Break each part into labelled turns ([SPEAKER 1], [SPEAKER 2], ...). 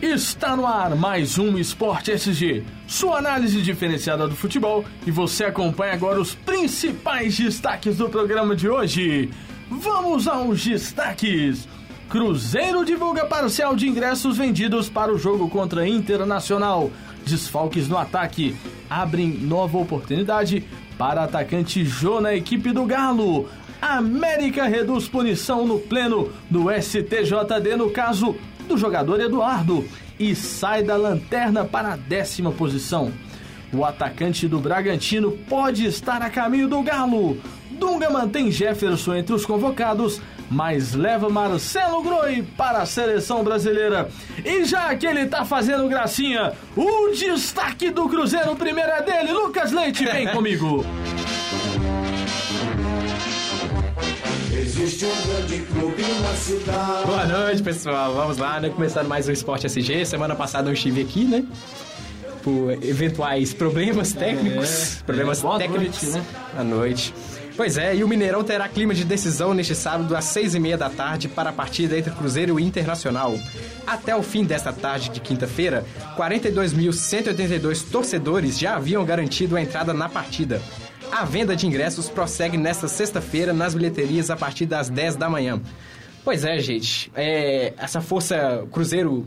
[SPEAKER 1] Está no ar mais um Esporte SG, sua análise diferenciada do futebol e você acompanha agora os principais destaques do programa de hoje. Vamos aos destaques. Cruzeiro divulga parcial de ingressos vendidos para o jogo contra Internacional. Desfalques no ataque abrem nova oportunidade para atacante Jô na equipe do Galo. América reduz punição no pleno do STJD no caso do jogador Eduardo e sai da lanterna para a décima posição. O atacante do Bragantino pode estar a caminho do Galo. Dunga mantém Jefferson entre os convocados, mas leva Marcelo Groi para a seleção brasileira. E já que ele tá fazendo gracinha, o destaque do Cruzeiro primeiro é dele, Lucas Leite, vem comigo.
[SPEAKER 2] Existe um grande clube na cidade.
[SPEAKER 3] Boa noite, pessoal. Vamos lá, né? Começando mais um Esporte SG. Semana passada eu estive aqui, né? Por eventuais problemas técnicos. problemas
[SPEAKER 1] É. Boa
[SPEAKER 3] técnicos.
[SPEAKER 1] noite, né?
[SPEAKER 3] À noite. Pois é, e o Mineirão terá clima de decisão neste sábado às seis e meia da tarde para a partida entre Cruzeiro e Internacional. Até o fim desta tarde de quinta-feira, 42.182 torcedores já haviam garantido a entrada na partida. A venda de ingressos prossegue nesta sexta-feira nas bilheterias a partir das 10 da manhã. Pois é, gente. é, essa força Cruzeiro,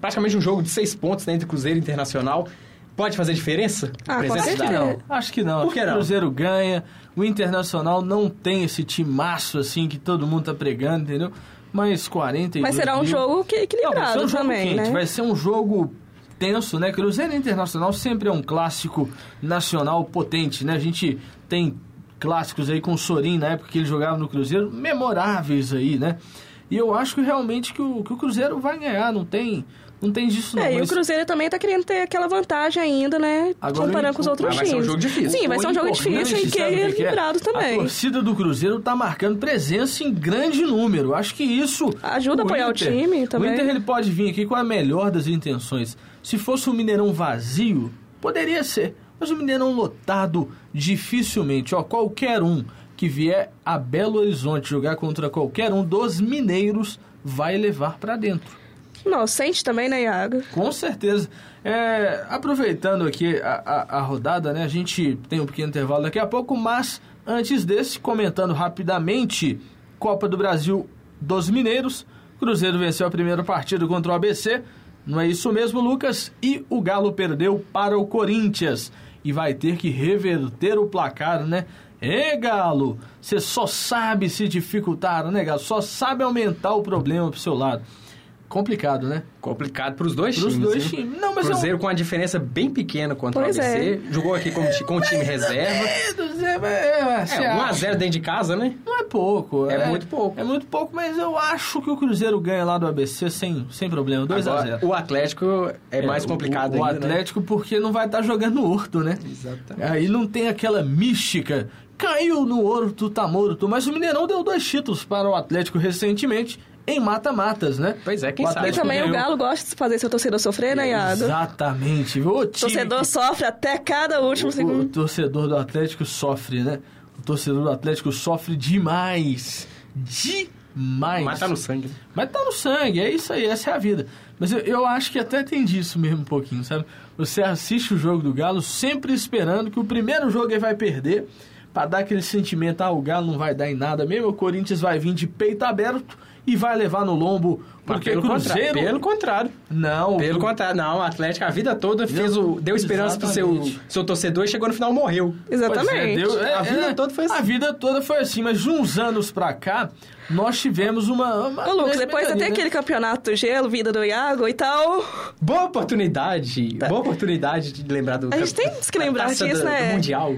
[SPEAKER 3] praticamente um jogo de seis pontos né, entre Cruzeiro e Internacional, pode fazer diferença?
[SPEAKER 4] Ah, com
[SPEAKER 3] Presença
[SPEAKER 1] Acho
[SPEAKER 3] da-
[SPEAKER 1] que não, acho que não.
[SPEAKER 3] Por
[SPEAKER 1] Acho que
[SPEAKER 3] que
[SPEAKER 1] o
[SPEAKER 3] não?
[SPEAKER 1] Cruzeiro ganha, o Internacional não tem esse timaço assim que todo mundo tá pregando, entendeu? Mas 42
[SPEAKER 4] Mas será um
[SPEAKER 1] mil-
[SPEAKER 4] jogo que
[SPEAKER 1] Não,
[SPEAKER 4] equilibrado
[SPEAKER 1] vai ser um jogo
[SPEAKER 4] também,
[SPEAKER 1] quente,
[SPEAKER 4] né?
[SPEAKER 1] vai ser um jogo tenso, né? Cruzeiro e Internacional sempre é um clássico nacional potente, né? A gente tem clássicos aí com o Sorin na época que ele jogava no Cruzeiro, memoráveis aí, né? E eu acho que realmente que o, que o Cruzeiro vai ganhar, não tem, não tem disso não.
[SPEAKER 4] É, e o
[SPEAKER 1] mas-
[SPEAKER 4] Cruzeiro também tá querendo ter aquela vantagem ainda, né?
[SPEAKER 1] Agora, Ah,
[SPEAKER 4] comparando com os
[SPEAKER 1] o-
[SPEAKER 4] outros
[SPEAKER 3] mas vai
[SPEAKER 4] times.
[SPEAKER 3] ser um jogo difícil.
[SPEAKER 4] Sim, vai
[SPEAKER 1] O
[SPEAKER 4] ser um jogo
[SPEAKER 1] importante,
[SPEAKER 4] difícil e que
[SPEAKER 1] sabe
[SPEAKER 4] é
[SPEAKER 1] o que que é?
[SPEAKER 4] equilibrado
[SPEAKER 1] A
[SPEAKER 4] também.
[SPEAKER 1] torcida do Cruzeiro tá marcando presença em grande número. Acho que isso
[SPEAKER 4] Ajuda a apoiar o
[SPEAKER 1] Inter-
[SPEAKER 4] time também.
[SPEAKER 1] O Inter ele pode vir aqui com a melhor das intenções. Se fosse um Mineirão vazio, poderia ser, mas um Mineirão lotado dificilmente, ó, qualquer um que vier a Belo Horizonte jogar contra qualquer um dos mineiros vai levar pra dentro.
[SPEAKER 4] Não, sente também, né, Iago?
[SPEAKER 1] Com certeza. É, aproveitando aqui a, a- a rodada, né? A gente tem um pequeno intervalo daqui a pouco, mas antes desse, comentando rapidamente, Copa do Brasil dos Mineiros. Cruzeiro venceu a primeira partida contra o ABC. Não é isso mesmo, Lucas? E o Galo perdeu para o Corinthians. E vai ter que reverter o placar, né? Ê, Galo, você só sabe se dificultar, né, Galo? Só sabe aumentar o problema pro seu lado. Complicado, né?
[SPEAKER 3] Complicado pros dois
[SPEAKER 1] Pros
[SPEAKER 3] times.
[SPEAKER 1] dois
[SPEAKER 3] viu?
[SPEAKER 1] times. Não, mas é um-
[SPEAKER 3] Cruzeiro com uma diferença bem pequena contra
[SPEAKER 4] Pois é.
[SPEAKER 3] o ABC. Jogou aqui com, com o time reserva. É, 1x0 dentro de casa, né?
[SPEAKER 1] Não é pouco.
[SPEAKER 3] É muito pouco.
[SPEAKER 1] É muito pouco, mas eu acho que o Cruzeiro ganha lá do ABC sem, sem problema. 2 a
[SPEAKER 3] Agora,
[SPEAKER 1] 0
[SPEAKER 3] O Atlético é, mais complicado
[SPEAKER 1] o, o
[SPEAKER 3] ainda, né?
[SPEAKER 1] Atlético porque não vai estar jogando no Horto, né?
[SPEAKER 3] Exatamente.
[SPEAKER 1] Aí não tem aquela mística. Caiu no Horto, tá morto. Mas o Mineirão deu dois títulos para o Atlético recentemente em mata-matas, né?
[SPEAKER 3] Pois é, quem
[SPEAKER 1] O
[SPEAKER 3] sabe?
[SPEAKER 4] E
[SPEAKER 1] Atlético
[SPEAKER 4] também o
[SPEAKER 1] ganhou-
[SPEAKER 4] Galo gosta de fazer seu torcedor sofrer, né, Iago?
[SPEAKER 1] Exatamente. O
[SPEAKER 4] O
[SPEAKER 1] time
[SPEAKER 4] torcedor sofre até cada último
[SPEAKER 1] O, o
[SPEAKER 4] Um segundo.
[SPEAKER 1] torcedor do Atlético sofre, né? O torcedor do Atlético sofre demais. Demais.
[SPEAKER 3] Mas tá no sangue.
[SPEAKER 1] Mas tá no sangue, é isso aí, essa é a vida. Mas eu, eu acho que até tem disso mesmo um pouquinho, sabe? Você assiste o jogo do Galo sempre esperando que o primeiro jogo ele vai perder, pra dar aquele sentimento, ah, o Galo não vai dar em nada mesmo, o Corinthians vai vir de peito aberto e vai levar no lombo,
[SPEAKER 3] Mas
[SPEAKER 1] porque
[SPEAKER 3] pelo,
[SPEAKER 1] Cruzeiro...
[SPEAKER 3] contrário, pelo contrário.
[SPEAKER 1] Não,
[SPEAKER 3] Pelo contrário. Não, o Atlético a vida toda fez o, deu esperança pro seu,
[SPEAKER 1] Exatamente.
[SPEAKER 3] seu torcedor e chegou no final morreu.
[SPEAKER 1] Pois é,
[SPEAKER 4] Exatamente.
[SPEAKER 1] deu- é,
[SPEAKER 3] A vida
[SPEAKER 1] é,
[SPEAKER 3] toda foi assim.
[SPEAKER 1] A vida toda foi assim, mas de uns anos pra cá, nós tivemos uma. uma
[SPEAKER 4] Ô, Lucas, depois até
[SPEAKER 1] né?
[SPEAKER 4] aquele campeonato do gelo, vida do Iago e tal.
[SPEAKER 3] Boa oportunidade.
[SPEAKER 1] Tá.
[SPEAKER 3] Boa oportunidade de lembrar do...
[SPEAKER 4] A gente tem que lembrar
[SPEAKER 3] da taça
[SPEAKER 4] disso,
[SPEAKER 3] do-
[SPEAKER 4] né?
[SPEAKER 3] do Mundial.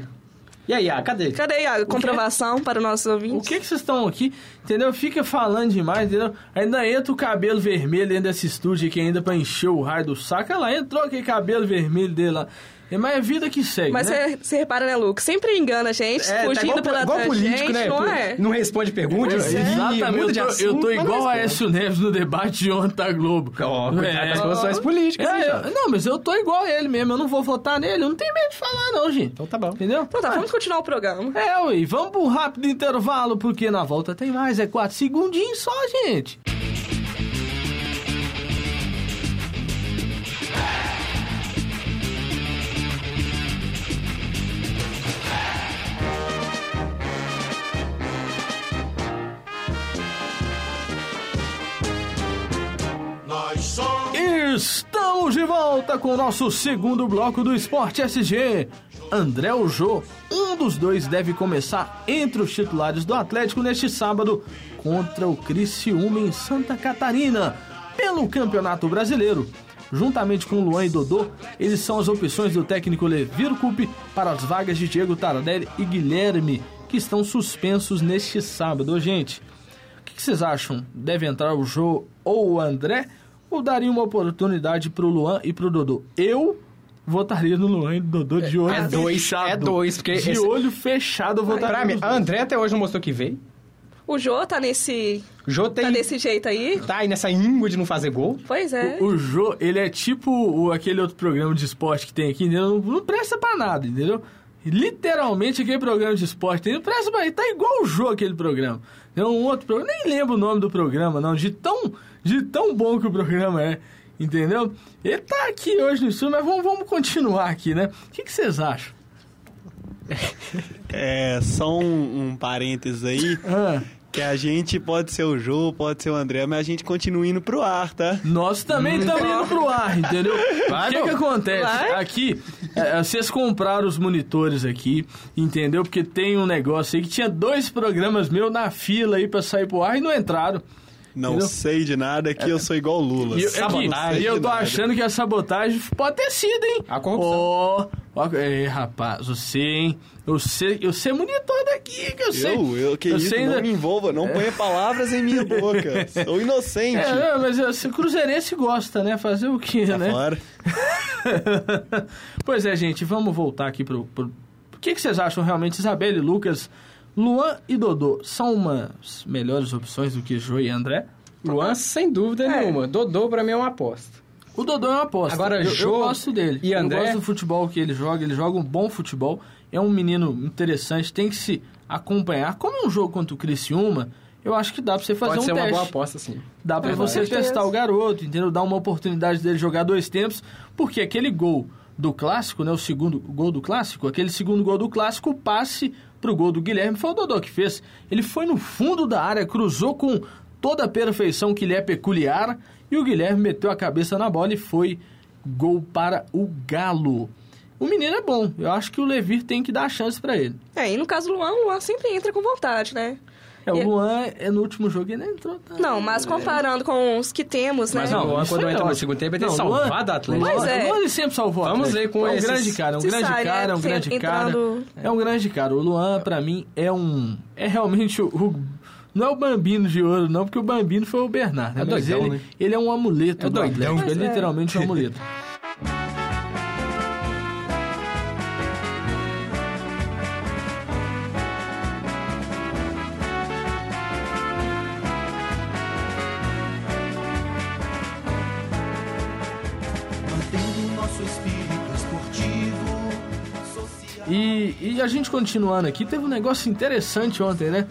[SPEAKER 3] E aí, ah, cadê?
[SPEAKER 4] Cadê, Iago? Comprovação para os nossos
[SPEAKER 1] O
[SPEAKER 4] ouvintes.
[SPEAKER 1] que que vocês estão aqui, entendeu? Fica falando demais, entendeu? Ainda entra o cabelo vermelho dentro desse estúdio aqui ainda pra encher o raio do saco. Olha lá, entrou aquele cabelo vermelho dele lá. É, Mas é vida que segue,
[SPEAKER 4] Mas
[SPEAKER 1] né?
[SPEAKER 4] você você repara, né, Lucas? Sempre engana a gente,
[SPEAKER 3] É, tá
[SPEAKER 4] fugindo
[SPEAKER 3] igual,
[SPEAKER 4] pela
[SPEAKER 3] igual
[SPEAKER 4] da
[SPEAKER 3] político,
[SPEAKER 4] gente,
[SPEAKER 3] né?
[SPEAKER 4] não
[SPEAKER 3] Pô,
[SPEAKER 4] é?
[SPEAKER 3] Não responde perguntas.
[SPEAKER 4] Pois é.
[SPEAKER 3] e muda
[SPEAKER 1] Exatamente,
[SPEAKER 3] de
[SPEAKER 1] eu tô, eu
[SPEAKER 3] assunto,
[SPEAKER 1] tô
[SPEAKER 3] mas
[SPEAKER 1] igual a
[SPEAKER 3] responde.
[SPEAKER 1] Aécio Neves no debate de ontem da Globo.
[SPEAKER 3] Ó, cuidado com as posições políticas, hein,
[SPEAKER 1] É, eu-
[SPEAKER 3] Jota?
[SPEAKER 1] não, mas eu tô igual a ele mesmo, eu não vou votar nele, eu não tenho medo de falar não, gente.
[SPEAKER 3] Então tá bom.
[SPEAKER 1] Entendeu? Ah,
[SPEAKER 4] Então tá, vamos continuar o programa.
[SPEAKER 1] É, ui, vamos pra um rápido intervalo, porque na volta tem mais, é quatro segundinhos só, gente.
[SPEAKER 2] som.
[SPEAKER 1] Estamos de volta com o nosso segundo bloco do Esporte SG. André ou Jô, um dos dois deve começar entre os titulares do Atlético neste sábado contra o Criciúma em Santa Catarina pelo Campeonato Brasileiro. Juntamente com Luan e Dodô, eles são as opções do técnico Levir Coupe para as vagas de Diego Tardelli e Guilherme, que estão suspensos neste sábado, gente. O que que vocês acham? Deve entrar o Jô ou o André? Ou daria uma oportunidade pro Luan e pro Dodô? Eu votaria no Luan e no Dodô de olho
[SPEAKER 3] é
[SPEAKER 1] fechado.
[SPEAKER 3] dois, é dois, porque
[SPEAKER 1] De
[SPEAKER 3] esse-
[SPEAKER 1] olho fechado eu votaria
[SPEAKER 3] Pra mim,
[SPEAKER 1] nos
[SPEAKER 3] a
[SPEAKER 1] dois.
[SPEAKER 3] André até hoje não mostrou que veio.
[SPEAKER 4] O Jô tá nesse.
[SPEAKER 3] Jô tem.
[SPEAKER 4] Tá desse jeito aí?
[SPEAKER 3] Tá aí nessa íngua de não fazer gol.
[SPEAKER 4] Pois é.
[SPEAKER 1] O Jô, ele é tipo o, aquele outro programa de esporte que tem aqui, entendeu? Não, não presta pra nada, entendeu? Literalmente aquele programa de esporte tem, não presta pra Tá igual o Jô aquele programa. Tem um outro programa, nem lembro o nome do programa, não, de tão, de tão bom que o programa é, entendeu? Ele tá aqui hoje no estúdio, mas vamos, vamos continuar aqui, né? O que que vocês acham?
[SPEAKER 5] É, só um, um parênteses aí,
[SPEAKER 1] Ah,
[SPEAKER 5] que a gente pode ser o Jô, pode ser o André, mas a gente continua indo pro ar, tá?
[SPEAKER 1] Nós também estamos
[SPEAKER 5] Hum.
[SPEAKER 1] indo pro ar, entendeu?
[SPEAKER 3] Vai,
[SPEAKER 1] O que, que
[SPEAKER 3] não?
[SPEAKER 1] acontece?
[SPEAKER 4] Vai.
[SPEAKER 1] Aqui, é, vocês compraram os monitores aqui, entendeu? Porque tem um negócio aí que tinha dois programas meus na fila aí pra sair pro ar e não entraram.
[SPEAKER 5] Não
[SPEAKER 1] Entendeu?
[SPEAKER 5] sei de nada, que eu sou igual o Lula.
[SPEAKER 1] E eu,
[SPEAKER 5] Sabotagem né?
[SPEAKER 1] aqui, e eu
[SPEAKER 5] de
[SPEAKER 1] tô
[SPEAKER 5] nada.
[SPEAKER 1] achando que a sabotagem pode ter sido, hein?
[SPEAKER 3] A corrupção.
[SPEAKER 1] Ó, ó, é, rapaz, você, hein? Eu sei, eu sei monitor daqui, que eu sei.
[SPEAKER 5] Eu, eu, que isso,
[SPEAKER 1] sei
[SPEAKER 5] não
[SPEAKER 1] ainda-
[SPEAKER 5] me envolva, não ponha palavras em minha boca. Sou inocente.
[SPEAKER 1] É, não, mas esse cruzeirense gosta, né? Fazer o quê,
[SPEAKER 5] Tá
[SPEAKER 1] né?
[SPEAKER 5] fora.
[SPEAKER 1] pois é, gente, vamos voltar aqui pro. pro... O que, que vocês acham realmente, Isabelle, Lucas, Luan e Dodô são umas melhores opções do que Jô e André?
[SPEAKER 3] Luan, sem dúvida
[SPEAKER 4] É.
[SPEAKER 3] nenhuma. Dodô, pra mim, é uma aposta.
[SPEAKER 1] O Dodô é uma aposta.
[SPEAKER 3] Agora,
[SPEAKER 1] eu,
[SPEAKER 3] Jô
[SPEAKER 1] eu gosto dele.
[SPEAKER 3] e André?
[SPEAKER 1] Eu gosto do futebol que ele joga, ele joga um bom futebol. É um menino interessante, tem que se acompanhar. Como é um jogo contra o Criciúma, eu acho que dá pra você fazer
[SPEAKER 3] Pode
[SPEAKER 1] um
[SPEAKER 3] ser
[SPEAKER 1] teste.
[SPEAKER 3] uma boa aposta, sim.
[SPEAKER 1] Dá pra
[SPEAKER 4] É, com
[SPEAKER 1] você
[SPEAKER 4] certeza.
[SPEAKER 1] testar o garoto, entendeu? Dar uma oportunidade dele jogar dois tempos, porque aquele gol do clássico, né? O segundo gol do clássico, aquele segundo gol do clássico, o passe pro gol do Guilherme, foi o Dodô que fez. Ele foi no fundo da área, cruzou com toda a perfeição que lhe é peculiar, e o Guilherme meteu a cabeça na bola e foi gol para o Galo. O menino é bom, eu acho que o Levir tem que dar a chance pra ele.
[SPEAKER 4] É, e no caso do Luan, o Luan sempre entra com vontade, né?
[SPEAKER 1] É, o
[SPEAKER 4] E-
[SPEAKER 1] Luan, é, no último jogo ele não entrou. tá?
[SPEAKER 4] Não, mas comparando com os que temos, né?
[SPEAKER 3] Mas o Luan,
[SPEAKER 1] isso
[SPEAKER 3] quando
[SPEAKER 1] é
[SPEAKER 3] entra no
[SPEAKER 1] lógico.
[SPEAKER 3] segundo tempo, ele tem
[SPEAKER 1] Não,
[SPEAKER 3] salvado
[SPEAKER 1] Luan-
[SPEAKER 3] o Atlético.
[SPEAKER 1] Luan-
[SPEAKER 4] Pois é.
[SPEAKER 1] Luan, ele sempre salvou o
[SPEAKER 3] Vamos
[SPEAKER 1] Atlético.
[SPEAKER 3] ver com
[SPEAKER 1] É um
[SPEAKER 3] esses-
[SPEAKER 1] grande cara, é um
[SPEAKER 4] se
[SPEAKER 1] grande
[SPEAKER 4] sai, né?
[SPEAKER 1] cara, é um
[SPEAKER 4] Tem-
[SPEAKER 1] grande
[SPEAKER 4] entrando-
[SPEAKER 1] cara. É um grande cara. O Luan, pra mim, é um... É realmente o... o- não é o Bambino de ouro, não, porque o Bambino foi o Bernardo. Né?
[SPEAKER 3] É
[SPEAKER 1] Mas
[SPEAKER 3] doidão,
[SPEAKER 1] ele,
[SPEAKER 3] né?
[SPEAKER 1] ele é um amuleto
[SPEAKER 3] É
[SPEAKER 1] do
[SPEAKER 3] doidão.
[SPEAKER 1] Atlético.
[SPEAKER 4] Pois
[SPEAKER 1] É
[SPEAKER 4] é.
[SPEAKER 1] literalmente um amuleto.
[SPEAKER 2] Mantendo nosso espírito esportivo, social.
[SPEAKER 1] E, e a gente continuando aqui, teve um negócio interessante ontem, né?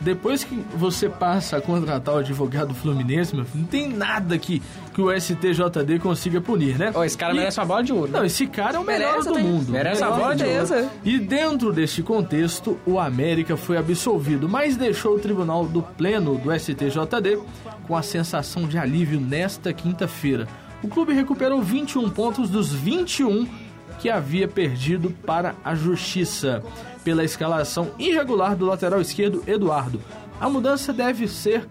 [SPEAKER 1] Depois que você passa a contratar o advogado fluminense, meu filho, não tem nada que, que o STJD consiga punir, né?
[SPEAKER 3] Ó, esse cara
[SPEAKER 1] E-
[SPEAKER 3] merece uma bola de ouro. né?
[SPEAKER 1] Não, esse cara é o melhor
[SPEAKER 4] Merece,
[SPEAKER 1] do
[SPEAKER 4] tem-
[SPEAKER 1] mundo.
[SPEAKER 3] Merece
[SPEAKER 1] Melhor
[SPEAKER 3] a bola
[SPEAKER 1] do
[SPEAKER 3] de ouro.
[SPEAKER 4] Certeza.
[SPEAKER 1] e dentro deste contexto, o América foi absolvido, mas deixou o Tribunal do Pleno do STJD com a sensação de alívio nesta quinta-feira. O clube recuperou 21 pontos dos 21 que havia perdido para a Justiça pela escalação irregular do lateral esquerdo Eduardo. A mudança deve ser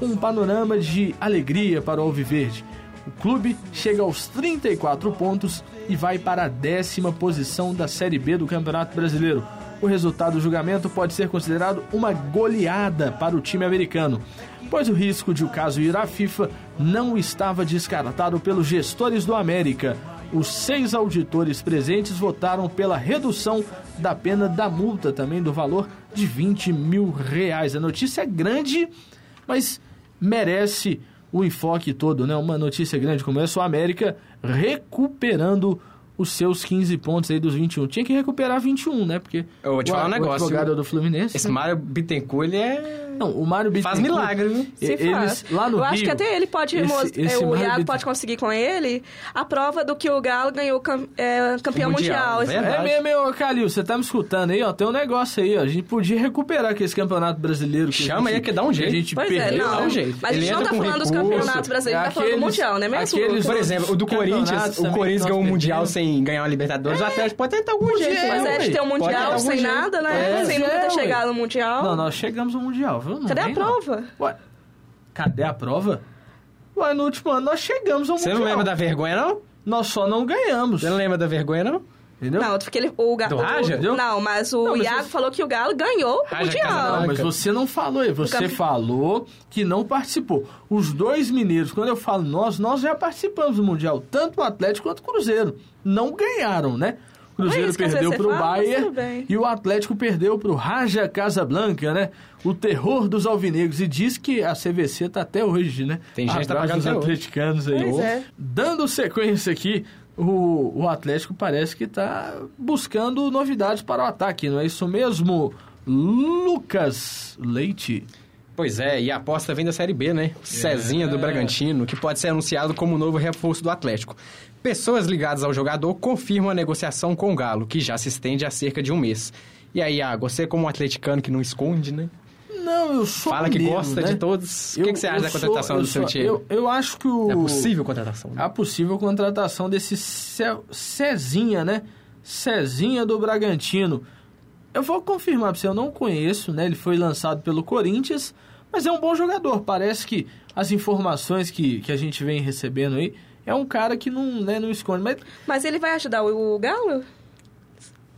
[SPEAKER 1] um panorama de alegria para o Alviverde. O clube chega aos 34 pontos e vai para a décima posição da Série B do Campeonato Brasileiro. O resultado do julgamento pode ser considerado uma goleada para o time americano, pois o risco de o caso ir à FIFA não estava descartado pelos gestores do América. Os seis auditores presentes votaram pela redução da pena da multa, também do valor de 20 mil reais. A notícia é grande, mas merece o enfoque todo, né? Uma notícia grande como essa, o América recuperando os seus 15 pontos aí dos 21. Tinha que recuperar 21, né? Porque
[SPEAKER 3] Eu vou te
[SPEAKER 1] o,
[SPEAKER 3] falar um
[SPEAKER 1] o
[SPEAKER 3] negócio,
[SPEAKER 1] advogado
[SPEAKER 3] viu?
[SPEAKER 1] é do Fluminense.
[SPEAKER 3] Esse
[SPEAKER 1] né?
[SPEAKER 3] Mário Bittencourt, ele é...
[SPEAKER 1] Não, o Mário Bittencourt...
[SPEAKER 3] Faz milagre, viu?
[SPEAKER 1] e-
[SPEAKER 4] Se faz.
[SPEAKER 1] eles, lá no
[SPEAKER 4] Eu
[SPEAKER 1] Rio,
[SPEAKER 4] acho que até ele pode.
[SPEAKER 1] esse-
[SPEAKER 4] mo-
[SPEAKER 1] esse
[SPEAKER 4] é,
[SPEAKER 1] Mário
[SPEAKER 4] o Iago
[SPEAKER 1] Bittencourt-
[SPEAKER 4] pode conseguir com ele a prova do que o Galo ganhou cam- é, campeão
[SPEAKER 3] Mundial,
[SPEAKER 4] mundial. esse-
[SPEAKER 3] verdade.
[SPEAKER 1] É mesmo, hein, ô, Calil, você tá me escutando aí, ó. Tem um negócio aí, ó. A gente podia recuperar aquele campeonato brasileiro. Que
[SPEAKER 3] Chama
[SPEAKER 1] a gente,
[SPEAKER 3] aí que dá um jeito.
[SPEAKER 1] A gente
[SPEAKER 4] Pois é,
[SPEAKER 1] perdeu.
[SPEAKER 4] não.
[SPEAKER 3] dá um jeito.
[SPEAKER 4] Mas a
[SPEAKER 3] Ele
[SPEAKER 4] gente não
[SPEAKER 3] entra
[SPEAKER 4] tá
[SPEAKER 3] com
[SPEAKER 4] falando dos
[SPEAKER 3] recurso,
[SPEAKER 4] campeonatos brasileiros, a gente tá falando do
[SPEAKER 1] aqueles-
[SPEAKER 4] mundial, né mesmo?
[SPEAKER 1] aqueles-
[SPEAKER 4] Lucas?
[SPEAKER 3] Por exemplo, o do
[SPEAKER 1] Campeonatos
[SPEAKER 3] Corinthians,
[SPEAKER 1] também
[SPEAKER 3] o
[SPEAKER 1] que
[SPEAKER 3] Corinthians
[SPEAKER 1] nós
[SPEAKER 3] ganhou o Mundial
[SPEAKER 1] perdemos.
[SPEAKER 3] sem ganhar uma Libertadores, o Atlético pode tentar algum jeito.
[SPEAKER 1] Pois
[SPEAKER 3] né,
[SPEAKER 4] É. Mas é, de ter um
[SPEAKER 1] Pode
[SPEAKER 3] dar algum
[SPEAKER 4] mundial sem
[SPEAKER 3] jeito.
[SPEAKER 4] nada, né?
[SPEAKER 1] É,
[SPEAKER 4] sem nunca
[SPEAKER 1] é, ué.
[SPEAKER 4] ter chegado no mundial.
[SPEAKER 1] Não, nós chegamos ao Mundial, viu? Não
[SPEAKER 4] Cadê a
[SPEAKER 1] vem,
[SPEAKER 4] prova?
[SPEAKER 1] Não. Ué, cadê a prova? Ué, no último ano nós chegamos ao
[SPEAKER 3] Você não
[SPEAKER 1] Mundial.
[SPEAKER 3] lembra da vergonha, não?
[SPEAKER 1] Nós só não ganhamos.
[SPEAKER 3] Você não lembra da vergonha, não?
[SPEAKER 1] Entendeu?
[SPEAKER 4] Não, porque ele, o Galo.
[SPEAKER 3] Do Raja?
[SPEAKER 4] Não, mas o
[SPEAKER 1] Não, mas
[SPEAKER 4] Iago
[SPEAKER 1] você-
[SPEAKER 4] falou que o Galo ganhou o
[SPEAKER 3] Raja
[SPEAKER 4] Mundial.
[SPEAKER 1] Não,
[SPEAKER 3] Casablanca.
[SPEAKER 1] mas você não falou aí. Você
[SPEAKER 4] campe-
[SPEAKER 1] falou que não participou. Os dois mineiros, quando eu falo nós, nós já participamos do Mundial. Tanto o Atlético quanto o Cruzeiro. Não ganharam, né? O Cruzeiro
[SPEAKER 4] É isso que às
[SPEAKER 1] perdeu
[SPEAKER 4] vezes
[SPEAKER 1] pro
[SPEAKER 4] você fala, mas
[SPEAKER 1] Bayern
[SPEAKER 4] tudo bem.
[SPEAKER 1] e o Atlético perdeu pro Raja Casablanca, né? O terror dos alvinegros. E diz que a CVC tá até hoje, né?
[SPEAKER 3] Tem gente que tá
[SPEAKER 1] Abraços
[SPEAKER 3] pagando até hoje.
[SPEAKER 1] atleticanos aí.
[SPEAKER 4] Pois é.
[SPEAKER 1] Dando sequência aqui, o, o Atlético parece que tá buscando novidades para o ataque, não é isso mesmo? Lucas Leite.
[SPEAKER 3] Pois é, e a aposta vem da Série B,
[SPEAKER 1] É.
[SPEAKER 3] né? Cezinha do Bragantino, que pode ser anunciado como novo reforço do Atlético. Pessoas ligadas ao jogador confirmam a negociação com o Galo, que já se estende há cerca de um mês. E aí, Iago, você como um atleticano que não esconde, né?
[SPEAKER 1] Não, eu sou
[SPEAKER 3] Fala que
[SPEAKER 1] mineiro,
[SPEAKER 3] gosta
[SPEAKER 1] né?
[SPEAKER 3] de todos. O
[SPEAKER 1] Eu-
[SPEAKER 3] que, que você
[SPEAKER 1] eu
[SPEAKER 3] acha da
[SPEAKER 1] sou-
[SPEAKER 3] contratação
[SPEAKER 1] eu
[SPEAKER 3] do seu
[SPEAKER 1] sou-
[SPEAKER 3] time?
[SPEAKER 1] Eu, eu acho que o... Ah,
[SPEAKER 3] É possível contratação. né?
[SPEAKER 1] a possível contratação desse Ce- Cezinha, né? Cezinha do Bragantino. Eu vou confirmar pra você, eu não conheço, né? Ele foi lançado pelo Corinthians, mas é um bom jogador. Parece que as informações que, que a gente vem recebendo aí, é um cara que não, né, não esconde. Mas
[SPEAKER 4] Mas ele vai ajudar o, o Galo?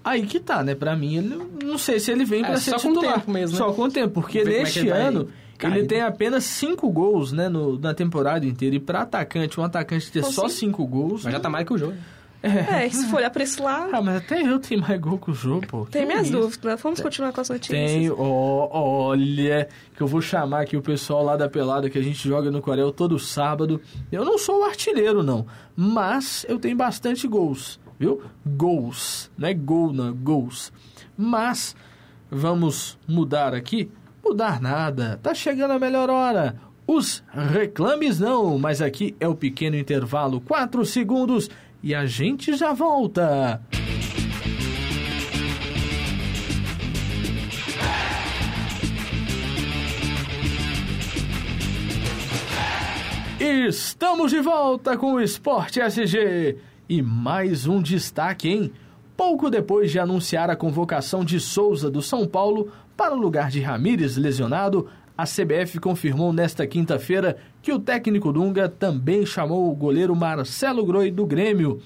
[SPEAKER 1] aí que tá, né? Pra mim, ele, não sei se ele vem
[SPEAKER 3] É,
[SPEAKER 1] pra ser
[SPEAKER 3] só com o
[SPEAKER 1] titular.
[SPEAKER 3] tempo mesmo, né?
[SPEAKER 1] Só com o tempo, porque
[SPEAKER 3] Vamos ver como é que
[SPEAKER 1] neste
[SPEAKER 3] ele vai
[SPEAKER 1] ano...
[SPEAKER 3] cair,
[SPEAKER 1] ele
[SPEAKER 3] né?
[SPEAKER 1] tem apenas cinco gols né, no- na temporada inteira. E pra atacante, um atacante ter
[SPEAKER 4] Então,
[SPEAKER 1] só
[SPEAKER 4] sim.
[SPEAKER 1] cinco gols.
[SPEAKER 3] Mas já tá mais que o
[SPEAKER 1] né?
[SPEAKER 3] jogo.
[SPEAKER 4] É, se for olhar pra esse lado.
[SPEAKER 1] Ah, mas até eu tenho mais gol que o jogo, pô.
[SPEAKER 4] Tem
[SPEAKER 1] Que
[SPEAKER 4] minhas
[SPEAKER 1] isso?
[SPEAKER 4] dúvidas. né? Vamos continuar com as notícias.
[SPEAKER 1] Tenho, ó, olha, que eu vou chamar aqui o pessoal lá da pelada que a gente joga no Corel todo sábado. Eu não sou o artilheiro, não, mas eu tenho bastante gols, viu? Gols, não é gol, não, gols. Mas vamos mudar aqui? Mudar nada, tá chegando a melhor hora. Os reclames não, mas aqui é o pequeno intervalo, 4 segundos e a gente já volta. Estamos de volta com o Esporte SG. E mais um destaque, hein? Pouco depois de anunciar a convocação de Souza do São Paulo para o lugar de Ramírez lesionado, a CBF confirmou nesta quinta-feira que o técnico Dunga também chamou o goleiro Marcelo Groi do Grêmio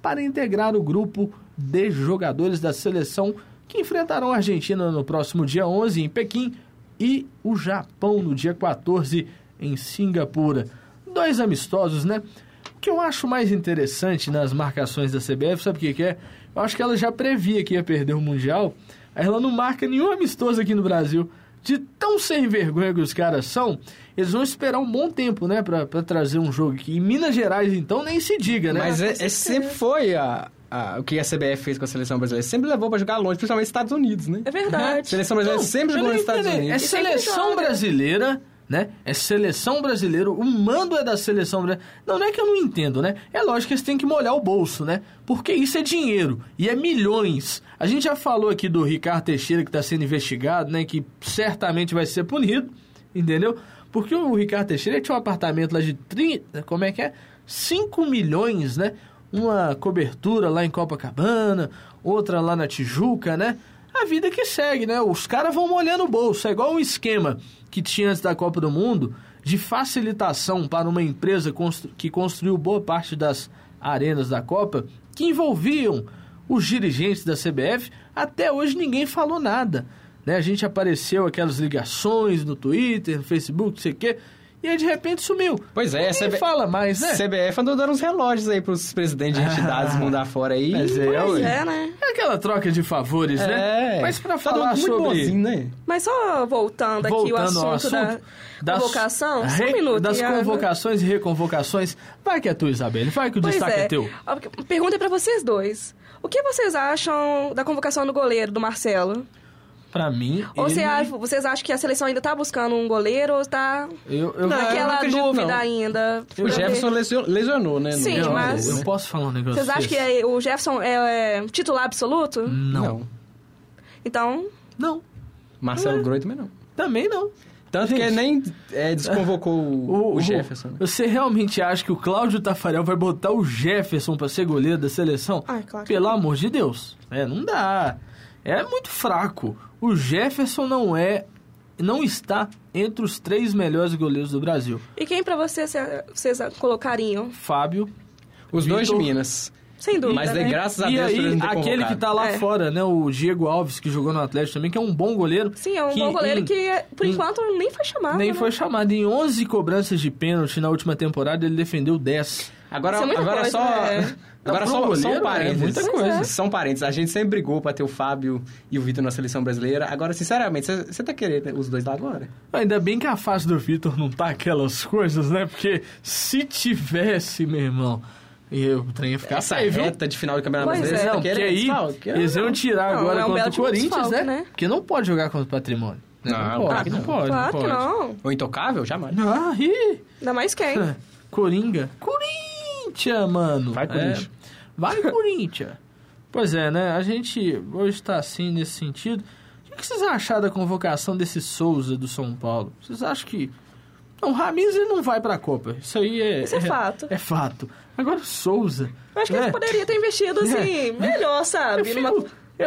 [SPEAKER 1] para integrar o grupo de jogadores da seleção que enfrentarão a Argentina no próximo dia 11 em Pequim e o Japão no dia 14 em Singapura. Dois amistosos, né? O que eu acho mais interessante nas marcações da CBF, sabe o que, que é? Eu acho que ela já previa que ia perder o Mundial, aí ela não marca nenhum amistoso aqui no Brasil. De tão sem vergonha que os caras são, eles vão esperar um bom tempo, né, pra, pra trazer um jogo aqui. Em Minas Gerais, então, nem se diga, né?
[SPEAKER 3] Mas é, é sempre foi a- a- o que a CBF fez com a seleção brasileira. Sempre levou pra jogar longe, principalmente nos Estados Unidos, né?
[SPEAKER 4] É verdade.
[SPEAKER 3] A seleção brasileira
[SPEAKER 1] Não,
[SPEAKER 3] sempre
[SPEAKER 1] eu
[SPEAKER 3] jogou
[SPEAKER 1] não
[SPEAKER 3] nos Estados
[SPEAKER 1] entendi. É
[SPEAKER 3] Unidos.
[SPEAKER 4] sempre
[SPEAKER 1] seleção
[SPEAKER 4] joga.
[SPEAKER 1] brasileira, né? É seleção brasileira, o mando é da seleção brasileira. Não, não é que eu não entendo, né? É lógico que eles têm que molhar o bolso, né? Porque isso é dinheiro e é milhões. A gente já falou aqui do Ricardo Teixeira que está sendo investigado, né? Que certamente vai ser punido, entendeu? Porque o Ricardo Teixeira tinha um apartamento lá de 30, como é que é? 5 milhões, né? Uma cobertura lá em Copacabana, outra lá na Tijuca, né? a vida que segue, né? Os caras vão molhando o bolso. É igual um esquema que tinha antes da Copa do Mundo de facilitação para uma empresa constru- que construiu boa parte das arenas da Copa, que envolviam os dirigentes da CBF. Até hoje ninguém falou nada. Né? A gente apareceu aquelas ligações no Twitter, no Facebook, não sei o quê, e aí de repente sumiu.
[SPEAKER 3] Pois Ah, é,
[SPEAKER 1] ninguém
[SPEAKER 3] a CBF
[SPEAKER 1] fala mais, né?
[SPEAKER 3] CBF andou dando uns relógios aí pros presidentes de entidades mundo afora aí.
[SPEAKER 1] Mas é,
[SPEAKER 4] Pois
[SPEAKER 1] ué.
[SPEAKER 4] é, né?
[SPEAKER 1] É aquela troca de favores, né?
[SPEAKER 4] É.
[SPEAKER 1] Mas pra
[SPEAKER 4] Tá
[SPEAKER 3] Todo
[SPEAKER 1] falar
[SPEAKER 3] mundo É. Tá muito
[SPEAKER 1] sobre...
[SPEAKER 3] bonzinho, né?
[SPEAKER 4] Mas só voltando aqui o
[SPEAKER 1] Voltando
[SPEAKER 4] assunto,
[SPEAKER 1] ao
[SPEAKER 4] da
[SPEAKER 1] assunto das-
[SPEAKER 4] convocação, só
[SPEAKER 1] re-
[SPEAKER 4] um minuto.
[SPEAKER 1] Das
[SPEAKER 4] Iago.
[SPEAKER 1] convocações e reconvocações. Vai que é tu, Isabelle. Vai que o
[SPEAKER 4] Pois
[SPEAKER 1] destaque é,
[SPEAKER 4] é.
[SPEAKER 1] teu.
[SPEAKER 4] Ó, porque- Pergunta é pra vocês dois. O que vocês acham da convocação do goleiro, do Marcelo?
[SPEAKER 1] Pra mim,
[SPEAKER 4] Ou
[SPEAKER 1] ele...
[SPEAKER 4] você acha- vocês acham que a seleção ainda tá buscando um goleiro ou tá
[SPEAKER 1] Eu, eu,
[SPEAKER 3] Não, eu não
[SPEAKER 4] naquela
[SPEAKER 3] acredito,
[SPEAKER 4] dúvida
[SPEAKER 3] não.
[SPEAKER 4] ainda?
[SPEAKER 3] O
[SPEAKER 4] Pra
[SPEAKER 3] Jefferson
[SPEAKER 4] ver.
[SPEAKER 3] lesio- lesionou, né? no
[SPEAKER 4] Sim,
[SPEAKER 3] jogo,
[SPEAKER 4] mas-
[SPEAKER 1] é eu
[SPEAKER 3] né?
[SPEAKER 1] posso falar um negócio
[SPEAKER 4] Vocês acham que
[SPEAKER 1] desse?
[SPEAKER 4] é- o Jefferson é, é titular absoluto?
[SPEAKER 1] Não.
[SPEAKER 3] Não.
[SPEAKER 4] Então,
[SPEAKER 1] Não.
[SPEAKER 3] Marcelo
[SPEAKER 4] é?
[SPEAKER 3] Groi também não.
[SPEAKER 1] Também não.
[SPEAKER 3] Tanto que
[SPEAKER 1] Gente.
[SPEAKER 3] nem é, desconvocou o, o Jefferson. né?
[SPEAKER 1] Você realmente acha que o Cláudio Tafarel vai botar o Jefferson pra ser goleiro da seleção?
[SPEAKER 4] Ah, é claro que
[SPEAKER 1] Pelo amor de Deus. É, não dá. É muito fraco. O Jefferson não é. Não está entre os três melhores goleiros do Brasil.
[SPEAKER 4] e quem pra vocês, vocês colocariam?
[SPEAKER 1] Fábio.
[SPEAKER 3] Os dois de
[SPEAKER 1] Vitor-
[SPEAKER 3] Minas.
[SPEAKER 4] Sem dúvida.
[SPEAKER 3] Mas
[SPEAKER 1] é
[SPEAKER 3] de
[SPEAKER 4] né?
[SPEAKER 3] graças a
[SPEAKER 1] e
[SPEAKER 3] Deus por ele
[SPEAKER 1] aí,
[SPEAKER 3] não ter
[SPEAKER 1] aquele que
[SPEAKER 3] convocado.
[SPEAKER 1] tá lá
[SPEAKER 4] É.
[SPEAKER 1] fora, né? O Diego Alves, que jogou no Atlético também, que é um bom goleiro.
[SPEAKER 4] Sim, é um
[SPEAKER 1] que
[SPEAKER 4] bom goleiro
[SPEAKER 1] em-
[SPEAKER 4] que, por
[SPEAKER 1] em-
[SPEAKER 4] enquanto, nem foi chamado.
[SPEAKER 1] Nem
[SPEAKER 4] né?
[SPEAKER 1] foi chamado. Em 11 cobranças de pênalti na última temporada, ele defendeu 10.
[SPEAKER 3] Agora,
[SPEAKER 4] Isso é muita
[SPEAKER 3] agora
[SPEAKER 4] coisa,
[SPEAKER 3] só.
[SPEAKER 4] né?
[SPEAKER 3] Agora
[SPEAKER 1] Não,
[SPEAKER 3] só,
[SPEAKER 1] pro goleiro,
[SPEAKER 3] só um
[SPEAKER 1] é
[SPEAKER 3] parênteses.
[SPEAKER 1] muita
[SPEAKER 4] Pois coisa. é.
[SPEAKER 3] São parênteses. A gente sempre brigou pra ter o Fábio e o Vitor na seleção brasileira. Agora, sinceramente, você- você tá querendo os dois lá agora?
[SPEAKER 1] Ainda bem que a fase do Vitor não tá aquelas coisas, né? Porque se tivesse, meu irmão, eu, o trem ia ficar
[SPEAKER 3] Essa
[SPEAKER 1] feio, viu?
[SPEAKER 3] reta de final de campeonato
[SPEAKER 4] Pois
[SPEAKER 3] brasileiro, você
[SPEAKER 4] é.
[SPEAKER 1] Não,
[SPEAKER 3] tá
[SPEAKER 1] porque
[SPEAKER 3] querendo
[SPEAKER 1] aí
[SPEAKER 3] desfalque?
[SPEAKER 1] eles iam tirar
[SPEAKER 4] Não,
[SPEAKER 1] agora
[SPEAKER 4] é um
[SPEAKER 1] contra
[SPEAKER 4] belo
[SPEAKER 1] o
[SPEAKER 4] time de
[SPEAKER 1] Corinthians,
[SPEAKER 4] desfalque,
[SPEAKER 1] né?
[SPEAKER 4] né?
[SPEAKER 1] Porque não pode jogar contra o patrimônio. né?
[SPEAKER 3] Não,
[SPEAKER 1] pode,
[SPEAKER 3] claro que
[SPEAKER 1] não,
[SPEAKER 3] não.
[SPEAKER 1] pode.
[SPEAKER 4] Claro que
[SPEAKER 1] não pode.
[SPEAKER 4] não.
[SPEAKER 3] Ou intocável? Jamais.
[SPEAKER 1] Ah, ih.
[SPEAKER 4] Ainda mais quem?
[SPEAKER 1] Coringa. Corinthians, mano.
[SPEAKER 3] Vai, Corinthians.
[SPEAKER 1] É. Vai, Corinthians. Pois é, né? A gente hoje tá assim nesse sentido. O que vocês acharam da convocação desse Souza do São Paulo? Vocês acham que... Não, o Ramires ele não vai pra Copa. Isso aí é...
[SPEAKER 4] Isso é fato.
[SPEAKER 1] É fato. Agora o Souza...
[SPEAKER 4] Eu acho que
[SPEAKER 1] né?
[SPEAKER 4] ele poderia ter investido, assim,
[SPEAKER 1] É.
[SPEAKER 4] melhor,
[SPEAKER 1] Eu,
[SPEAKER 4] sabe?
[SPEAKER 1] fico-
[SPEAKER 4] Numa-
[SPEAKER 1] eu,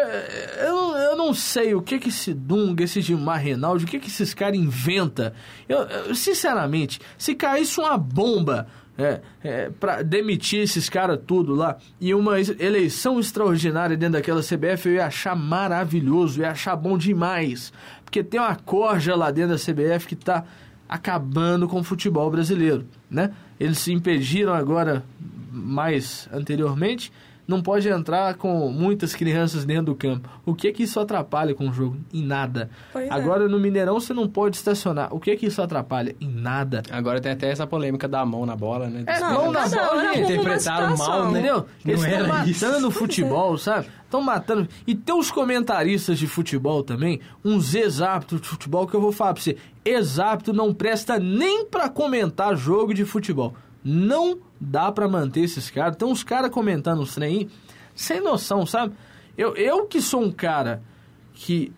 [SPEAKER 1] eu- eu não sei o que que esse Dunga, esse Gilmar Reinaldi, o que que esses caras inventa. Eu, eu, sinceramente, se caísse uma bomba é, é, para demitir esses caras tudo lá e uma es- eleição extraordinária dentro daquela CBF, eu ia achar maravilhoso, eu ia achar bom demais. Porque tem uma corja lá dentro da CBF que tá acabando com o futebol brasileiro, né? Eles se impediram agora mais anteriormente, não pode entrar com muitas crianças dentro do campo. O que é que isso atrapalha com o jogo? Em nada.
[SPEAKER 4] Pois é.
[SPEAKER 1] agora no Mineirão você não pode estacionar. O que que isso atrapalha? Em nada.
[SPEAKER 3] Agora tem até essa polêmica da mão na bola, né?
[SPEAKER 1] É,
[SPEAKER 4] Não,
[SPEAKER 1] mão na
[SPEAKER 4] cada
[SPEAKER 1] bola,
[SPEAKER 4] hora
[SPEAKER 1] gente.
[SPEAKER 4] arruma uma
[SPEAKER 3] Interpretaram mal,
[SPEAKER 4] situação.
[SPEAKER 3] né?
[SPEAKER 1] Entendeu?
[SPEAKER 3] Não
[SPEAKER 1] Eles estão
[SPEAKER 3] era isso.
[SPEAKER 1] matando o futebol, sabe? Estão matando. E tem os comentaristas de futebol também, uns ex-aptos de futebol, que eu vou falar pra você. Ex-apto não presta nem pra comentar jogo de futebol. Não dá pra manter esses caras. Tem uns caras comentando uns trem aí, sem noção, sabe? Eu, eu que sou um cara que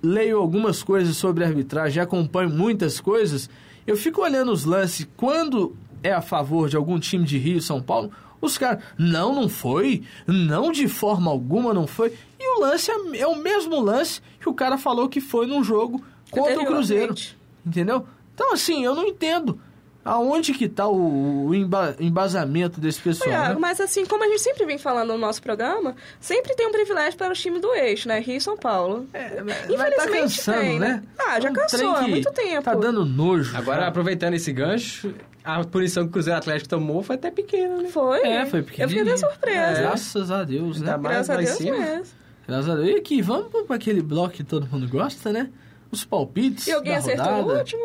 [SPEAKER 1] leio algumas coisas sobre arbitragem, acompanho muitas coisas, eu fico olhando os lances quando é a favor de algum time de Rio, São Paulo, os caras, não, não foi, não de forma alguma não foi, e o lance é, é o mesmo lance que o cara falou que foi num jogo contra o Cruzeiro,
[SPEAKER 4] Anteriormente.
[SPEAKER 1] entendeu? Então assim, eu não entendo aonde que tá o, o emba- embasamento desse pessoal,
[SPEAKER 4] Olha,
[SPEAKER 1] né?
[SPEAKER 4] Mas assim, como a gente sempre vem falando no nosso programa, sempre tem um privilégio para o time do eixo, né? Rio e São Paulo.
[SPEAKER 1] Mas tá
[SPEAKER 4] Infelizmente
[SPEAKER 1] cansando,
[SPEAKER 4] tem,
[SPEAKER 1] né?
[SPEAKER 4] né? Ah, já
[SPEAKER 1] É um
[SPEAKER 4] cansou,
[SPEAKER 1] trem
[SPEAKER 4] há
[SPEAKER 1] que
[SPEAKER 4] muito tempo.
[SPEAKER 1] Tá dando nojo.
[SPEAKER 3] Agora,
[SPEAKER 1] já.
[SPEAKER 3] aproveitando esse gancho, a punição que o Cruzeiro Atlético tomou foi até pequena, né?
[SPEAKER 4] Foi?
[SPEAKER 1] É, foi pequenininho.
[SPEAKER 4] Eu fiquei até surpresa.
[SPEAKER 1] É, Graças a Deus, né?
[SPEAKER 3] Ainda mais
[SPEAKER 4] Graças a
[SPEAKER 3] lá em
[SPEAKER 4] Deus
[SPEAKER 3] cima.
[SPEAKER 4] mesmo.
[SPEAKER 1] Graças a Deus. E aqui, vamos para aquele bloco que todo mundo gosta, né? Os palpites
[SPEAKER 4] E alguém
[SPEAKER 1] da
[SPEAKER 4] acertou
[SPEAKER 1] rodada.
[SPEAKER 4] o último?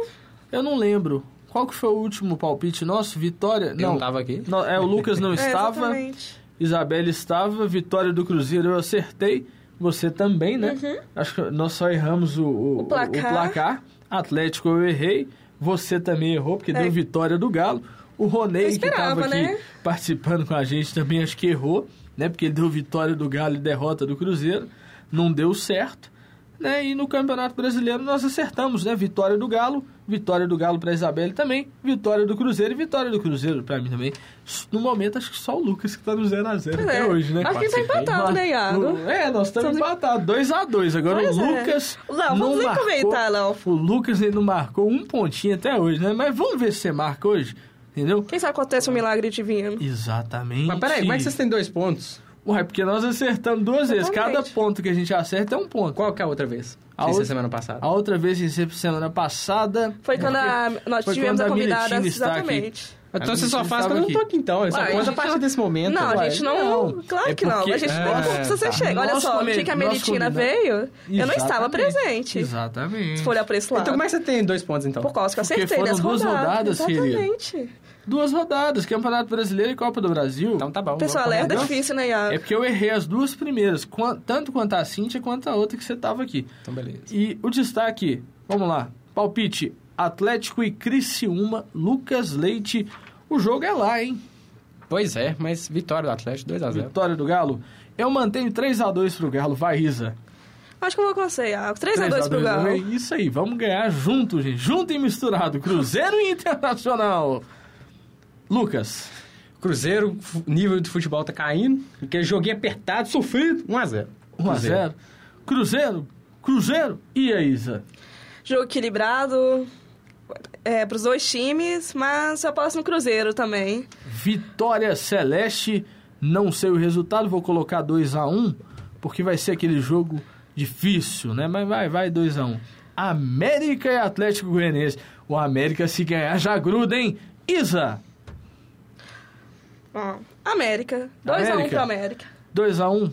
[SPEAKER 4] É,
[SPEAKER 1] Eu não lembro. Qual que foi o último palpite nosso? Vitória?
[SPEAKER 3] Eu não tava aqui.
[SPEAKER 1] Não, é, o Lucas não
[SPEAKER 4] É,
[SPEAKER 1] estava.
[SPEAKER 4] exatamente.
[SPEAKER 1] Isabela estava. Vitória do Cruzeiro eu acertei. Você também, né? Acho que nós só erramos o, o,
[SPEAKER 4] Uhum. O placar.
[SPEAKER 1] placar. Atlético eu errei. Você também errou, porque
[SPEAKER 4] É.
[SPEAKER 1] deu vitória do Galo. O Ronei,
[SPEAKER 4] Eu
[SPEAKER 1] que
[SPEAKER 4] esperava,
[SPEAKER 1] estava aqui
[SPEAKER 4] né?
[SPEAKER 1] participando com a gente, também acho que errou, né? Porque ele deu vitória do Galo e derrota do Cruzeiro. Não deu certo. Né? E no Campeonato Brasileiro nós acertamos, né? Vitória do Galo, vitória do Galo para Isabelle também, vitória do Cruzeiro e vitória do Cruzeiro para mim também. No momento, acho que só o Lucas que tá no 0x0
[SPEAKER 4] Pois
[SPEAKER 1] até
[SPEAKER 4] é.
[SPEAKER 1] hoje, né?
[SPEAKER 4] Acho que ele tá empatado, né, Iago?
[SPEAKER 1] É, nós estamos
[SPEAKER 4] Estamos-
[SPEAKER 1] empatados, 2x2. Agora
[SPEAKER 4] Pois
[SPEAKER 1] o
[SPEAKER 4] é.
[SPEAKER 1] Lucas.
[SPEAKER 4] Não, vamos
[SPEAKER 1] não
[SPEAKER 4] nem
[SPEAKER 1] marcou,
[SPEAKER 4] comentar, não.
[SPEAKER 1] O Lucas ele não marcou um pontinho até hoje, né? Mas vamos ver se você marca hoje, entendeu?
[SPEAKER 4] Quem sabe acontece um milagre divino?
[SPEAKER 1] Exatamente.
[SPEAKER 3] Mas peraí, como é que vocês têm dois pontos?
[SPEAKER 1] Ué, porque nós acertamos duas vezes.
[SPEAKER 4] Exatamente.
[SPEAKER 1] Cada ponto que a gente acerta é um ponto.
[SPEAKER 3] Qual que é a outra vez?
[SPEAKER 1] A
[SPEAKER 3] Sem ser
[SPEAKER 1] outra-
[SPEAKER 3] semana passada.
[SPEAKER 1] A outra vez que sempre semana passada.
[SPEAKER 4] Foi quando a- nós
[SPEAKER 1] é. Foi
[SPEAKER 4] tivemos
[SPEAKER 1] quando
[SPEAKER 4] a
[SPEAKER 1] a
[SPEAKER 4] convidada,
[SPEAKER 1] Miletina está
[SPEAKER 4] exatamente.
[SPEAKER 3] Então
[SPEAKER 1] A
[SPEAKER 3] você só
[SPEAKER 1] gente
[SPEAKER 3] faz
[SPEAKER 1] estava
[SPEAKER 3] quando eu não tô
[SPEAKER 1] aqui.
[SPEAKER 3] aqui, então. Só
[SPEAKER 4] Uai,
[SPEAKER 3] conta
[SPEAKER 4] a
[SPEAKER 3] a
[SPEAKER 4] gente
[SPEAKER 3] partir
[SPEAKER 4] não-
[SPEAKER 3] desse momento.
[SPEAKER 4] não, a
[SPEAKER 3] uai.
[SPEAKER 4] gente não.
[SPEAKER 1] Não.
[SPEAKER 4] Claro
[SPEAKER 1] É
[SPEAKER 4] que não.
[SPEAKER 1] porque-
[SPEAKER 4] A gente
[SPEAKER 1] Ah,
[SPEAKER 4] não conta se você
[SPEAKER 3] tá.
[SPEAKER 4] chega. Olha
[SPEAKER 1] Nós
[SPEAKER 4] só, o
[SPEAKER 1] come-
[SPEAKER 4] dia que a
[SPEAKER 1] nós
[SPEAKER 4] Meritina
[SPEAKER 1] combinamos.
[SPEAKER 4] veio, eu não estava
[SPEAKER 1] Exatamente.
[SPEAKER 4] presente.
[SPEAKER 1] Exatamente.
[SPEAKER 4] Se for olhar por esse lado.
[SPEAKER 3] Então como é que você tem dois pontos, então?
[SPEAKER 4] Por causa que eu
[SPEAKER 1] Porque
[SPEAKER 4] acertei
[SPEAKER 1] foram
[SPEAKER 4] das
[SPEAKER 1] duas rodadas,
[SPEAKER 4] rodadas.
[SPEAKER 1] filha.
[SPEAKER 4] Exatamente.
[SPEAKER 1] Duas rodadas, Campeonato Brasileiro e Copa do Brasil.
[SPEAKER 3] Então tá bom.
[SPEAKER 4] Pessoal,
[SPEAKER 3] vamos
[SPEAKER 4] alerta
[SPEAKER 3] combinar.
[SPEAKER 4] difícil, né, Iago?
[SPEAKER 1] É porque eu errei as duas primeiras, quan- tanto quanto a Cintia quanto a outra que você tava aqui.
[SPEAKER 3] Então, beleza.
[SPEAKER 1] E o destaque, vamos lá, palpite, Atlético e Criciúma, Lucas Leite, o jogo é lá, hein?
[SPEAKER 3] Pois é, mas vitória do Atlético, 2x0.
[SPEAKER 1] Vitória do Galo. Eu mantenho 3x2 pro Galo, vai Isa.
[SPEAKER 4] Acho que eu vou com você, Iago. 3x2
[SPEAKER 1] 3x2
[SPEAKER 4] pro Galo.
[SPEAKER 1] É Isso aí, vamos ganhar junto, gente. Junto e misturado. Cruzeiro e Internacional. Lucas,
[SPEAKER 3] Cruzeiro, fu- nível de futebol tá caindo. Aquele joguinho apertado, sofrido, 1x0.
[SPEAKER 1] 1x0. Cruzeiro, Cruzeiro e a Isa.
[SPEAKER 4] Jogo equilibrado é, pros dois times, mas eu aposto no Cruzeiro também.
[SPEAKER 1] Vitória Celeste, não sei o resultado, vou colocar 2x1, porque vai ser aquele jogo difícil, né? Mas vai, vai 2x1. América e Atlético Goianiense. O América se ganhar já gruda, hein? Isa,
[SPEAKER 4] Ó, América. 2x1
[SPEAKER 1] América.
[SPEAKER 4] pro América.
[SPEAKER 1] 2x1.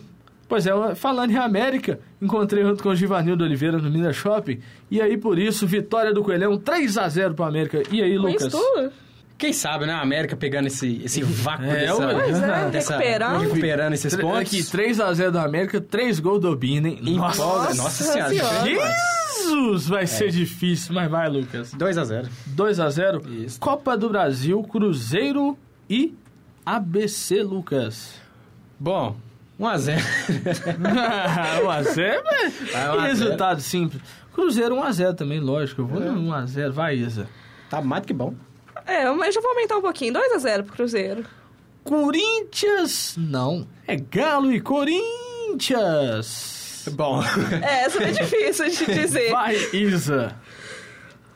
[SPEAKER 1] Pois é, falando em América, encontrei junto com o Givanildo Oliveira no Minas Shopping, e aí por isso, vitória do Coelhão, 3x0 pro América. E aí,
[SPEAKER 4] Com
[SPEAKER 1] Lucas?
[SPEAKER 4] isso tudo?
[SPEAKER 3] Quem sabe, né? A América pegando esse, esse vácuo
[SPEAKER 1] É,
[SPEAKER 3] dessa,
[SPEAKER 1] ué. Pois
[SPEAKER 4] é,
[SPEAKER 3] dessa-
[SPEAKER 4] recuperando.
[SPEAKER 3] recuperando esses
[SPEAKER 1] Tre-
[SPEAKER 3] pontos.
[SPEAKER 1] Aqui, 3x0 do América, 3 gols do Bina, hein?
[SPEAKER 3] Empolga. Nossa
[SPEAKER 4] Nossa
[SPEAKER 3] senhora.
[SPEAKER 4] Senhora.
[SPEAKER 1] Jesus, vai ser difícil, mas vai, Lucas.
[SPEAKER 3] 2x0.
[SPEAKER 1] 2x0,
[SPEAKER 3] Isso.
[SPEAKER 1] Copa do Brasil, Cruzeiro e ABC, Lucas.
[SPEAKER 3] Bom, 1x0.
[SPEAKER 1] 1x0,
[SPEAKER 3] Vai, 1 a 0.
[SPEAKER 1] resultado simples. Cruzeiro 1x0 também, lógico. Eu vou no 1x0, vai, Isa.
[SPEAKER 3] tá mais do que bom.
[SPEAKER 4] É, mas eu vou aumentar um pouquinho. 2x0 pro Cruzeiro.
[SPEAKER 1] Corinthians, não. É Galo e Corinthians.
[SPEAKER 3] Bom.
[SPEAKER 4] É, essa é difícil de dizer.
[SPEAKER 1] Vai, Isa.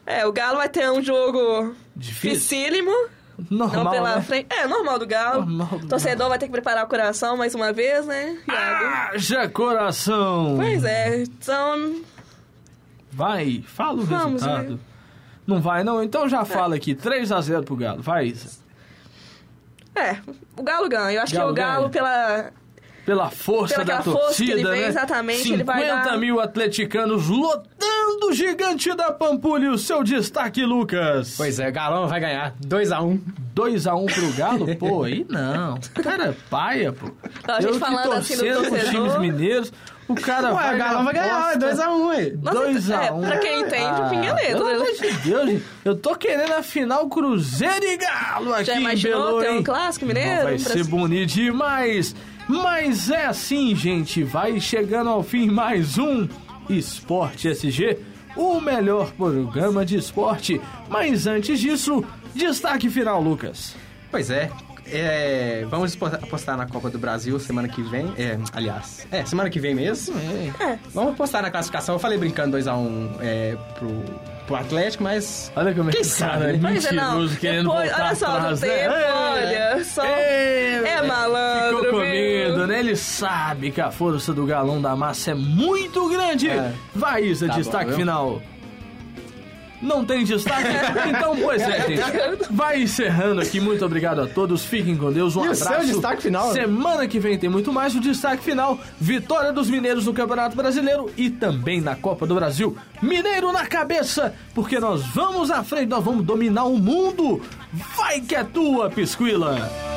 [SPEAKER 4] É, o Galo vai ter um jogo
[SPEAKER 1] Difícil.
[SPEAKER 4] dificílimo. Não
[SPEAKER 1] Normal,
[SPEAKER 4] pela
[SPEAKER 1] né?
[SPEAKER 4] frente. É, normal do Galo.
[SPEAKER 1] Normal né? do
[SPEAKER 4] Torcedor vai ter que preparar o coração mais uma vez, né?
[SPEAKER 1] Ah!
[SPEAKER 4] Iago?
[SPEAKER 1] Haja coração.
[SPEAKER 4] Pois é, então.
[SPEAKER 1] Vai, fala o
[SPEAKER 4] Vamos,
[SPEAKER 1] resultado.
[SPEAKER 4] né?
[SPEAKER 1] Não vai, não? Então já fala aqui. 3x0 pro Galo. Vai, Isa.
[SPEAKER 4] É, o Galo ganha. Eu acho
[SPEAKER 1] Galo
[SPEAKER 4] que o
[SPEAKER 1] ganha.
[SPEAKER 4] Galo, pela.
[SPEAKER 1] Pela força
[SPEAKER 4] Pela
[SPEAKER 1] da
[SPEAKER 4] aquela força que
[SPEAKER 1] torcida,
[SPEAKER 4] ele vem,
[SPEAKER 1] né?
[SPEAKER 4] exatamente,
[SPEAKER 1] 50
[SPEAKER 4] ele vai dar-
[SPEAKER 1] mil atleticanos lotando o gigante da Pampulha. E o seu destaque, Lucas.
[SPEAKER 3] Pois é, Galão vai ganhar 2x1.
[SPEAKER 1] 2x1 pro Galo? Pô, aí não. O cara é paia, pô.
[SPEAKER 4] Não, a gente
[SPEAKER 1] Eu que
[SPEAKER 4] falando assim do
[SPEAKER 1] torcendo pros
[SPEAKER 4] torcedor.
[SPEAKER 1] times mineiros, o cara vai...
[SPEAKER 3] Ué, Galão vai ganhar, é 2x1 aí.
[SPEAKER 4] Nossa,
[SPEAKER 1] 2x1.
[SPEAKER 4] é, pra quem entende, o Pingueleiro,
[SPEAKER 1] Ah, Pelo
[SPEAKER 4] né?
[SPEAKER 1] amor de Deus, gente. eu tô querendo a final Cruzeiro e Galo aqui
[SPEAKER 4] Já
[SPEAKER 1] em
[SPEAKER 4] imaginou
[SPEAKER 1] Belo,
[SPEAKER 4] ter um
[SPEAKER 1] hein?
[SPEAKER 4] clássico
[SPEAKER 1] Não,
[SPEAKER 4] mineiro?
[SPEAKER 1] vai
[SPEAKER 4] Um
[SPEAKER 1] ser
[SPEAKER 4] Brasil-
[SPEAKER 1] bonito demais. Mas é assim, gente. Vai chegando ao fim mais um Esporte SG, o melhor programa de esporte. Mas antes disso, destaque final, Lucas.
[SPEAKER 3] Pois é. é, vamos espo- apostar na Copa do Brasil semana que vem. É, aliás, é, semana que vem mesmo.
[SPEAKER 4] É.
[SPEAKER 3] Vamos apostar na classificação. Eu falei brincando 2x1 é, pro, pro Atlético, mas.
[SPEAKER 1] Olha como é
[SPEAKER 3] Quem
[SPEAKER 1] que esse cara
[SPEAKER 3] sabe,
[SPEAKER 1] é
[SPEAKER 3] né?
[SPEAKER 4] Pois é, não.
[SPEAKER 1] mentiroso querendo
[SPEAKER 4] Depois-
[SPEAKER 1] voltar
[SPEAKER 4] olha só, do
[SPEAKER 1] atrás, né?
[SPEAKER 4] tempo,
[SPEAKER 1] É.
[SPEAKER 4] olha, só- é malandro,
[SPEAKER 1] Ficou
[SPEAKER 4] viu?
[SPEAKER 1] comido, né? Ele sabe que a força do galão da massa é muito grande.
[SPEAKER 3] É.
[SPEAKER 1] Vai, Isa,
[SPEAKER 3] Tá bom,
[SPEAKER 1] destaque
[SPEAKER 3] viu?
[SPEAKER 1] final. Não tem destaque? então, pois é,
[SPEAKER 3] Tá
[SPEAKER 1] gente. Vai encerrando aqui. Muito obrigado a todos. Fiquem com Deus. Um
[SPEAKER 3] E o
[SPEAKER 1] abraço.
[SPEAKER 3] seu destaque final?
[SPEAKER 1] Semana que vem tem muito mais. O destaque final: vitória dos mineiros no Campeonato Brasileiro e também na Copa do Brasil. Mineiro na cabeça, porque nós vamos à frente, nós vamos dominar o mundo. Vai que é tua, Pisquila!